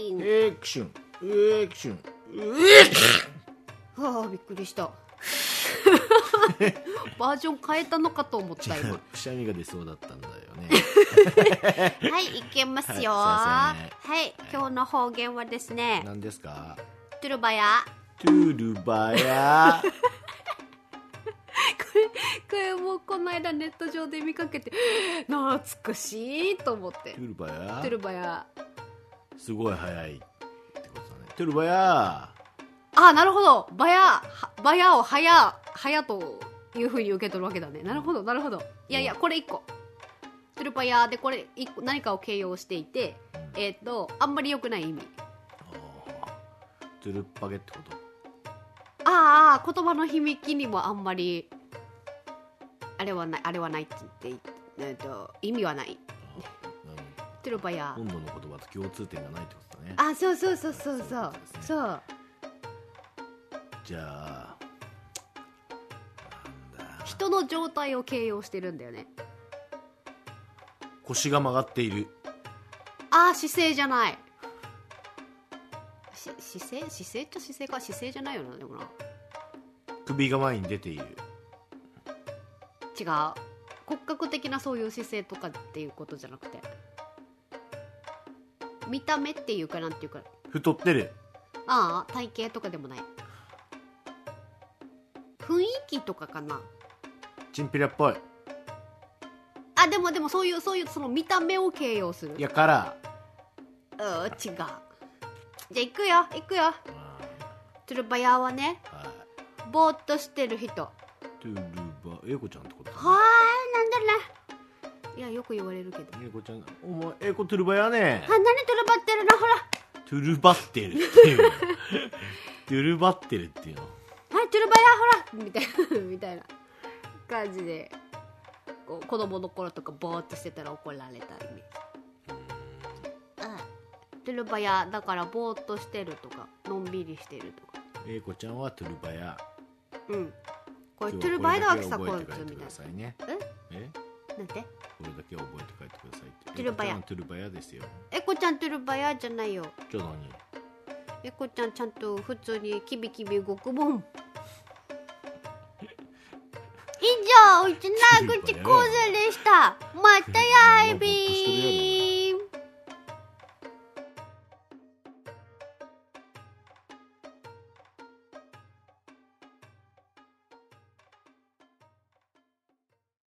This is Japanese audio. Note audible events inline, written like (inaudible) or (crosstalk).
クションエクションエクションはあびっくりした (laughs) バージョン変えたのかと思った今くしゃみが出そうだったんだよ (laughs) ねはいいけますよははいすいい、今日の方言はですね何ですかトゥルバヤトゥルバヤこれこれもうこの間ネット上で見かけて懐かしいと思ってトゥルバトヤゥルバヤすごい早いってことだねトゥルバヤあなるほどバヤはバヤをはやはやというふうに受け取るわけだねなるほどなるほどいやいやこれ一個トゥルバヤでこれ一個何かを形容していてえっ、とあんまり良くない意味トゥルッパゲってことああ言葉の響きにもあんまりあれはないあれはないって言って、えっと意味はないあトゥルバヤうん今度の言葉と共通点がないってことだねあそうそうそうそうそそういううことですねそうじゃあなんだ人の状態を形容してるんだよね腰が曲がっているああ姿勢じゃないし姿勢姿勢っちゃ姿勢か姿勢じゃないよなでもな首が前に出ている違う骨格的なそういう姿勢とかっていうことじゃなくて見た目っていうかなんていうか太ってるああ体型とかでもない雰囲気とかかなチンピラっぽいあでもでもそういうそういうその見た目を形容するやからうん違うじゃあ行くよ行くよトゥルバヤはねはいぼーっとしてる人はトゥルバ英子ちゃんってことあだねなんだろうないやよく言われるけど英子ちゃんお前英子トゥルバやねあ何トゥルバってるのほらトゥルバってるっ (laughs) ていうのトゥルバってるっていうのはい、トゥルバヤほらみたいな (laughs) みたいな感じでこう子供の頃とかぼーっとしてたら怒られたイメージ、うん、トゥルバヤだからぼーっとしてるとかのんびりしてるとか英子ちゃんはトゥルバやうんこれ今トゥ日はルバヤだわけさここれいだけつは覚えて帰みってくたいださいねなええなんてこれだけは覚えて帰ってくださいってトゥルバヤ英子ちゃんはトゥルバヤですよえこちゃんトゥルバヤじゃないよじゃあ何えこちゃんちゃんと普通にキビキビ動く (laughs) もん以上うちなぐちこうずでしたまたやいびー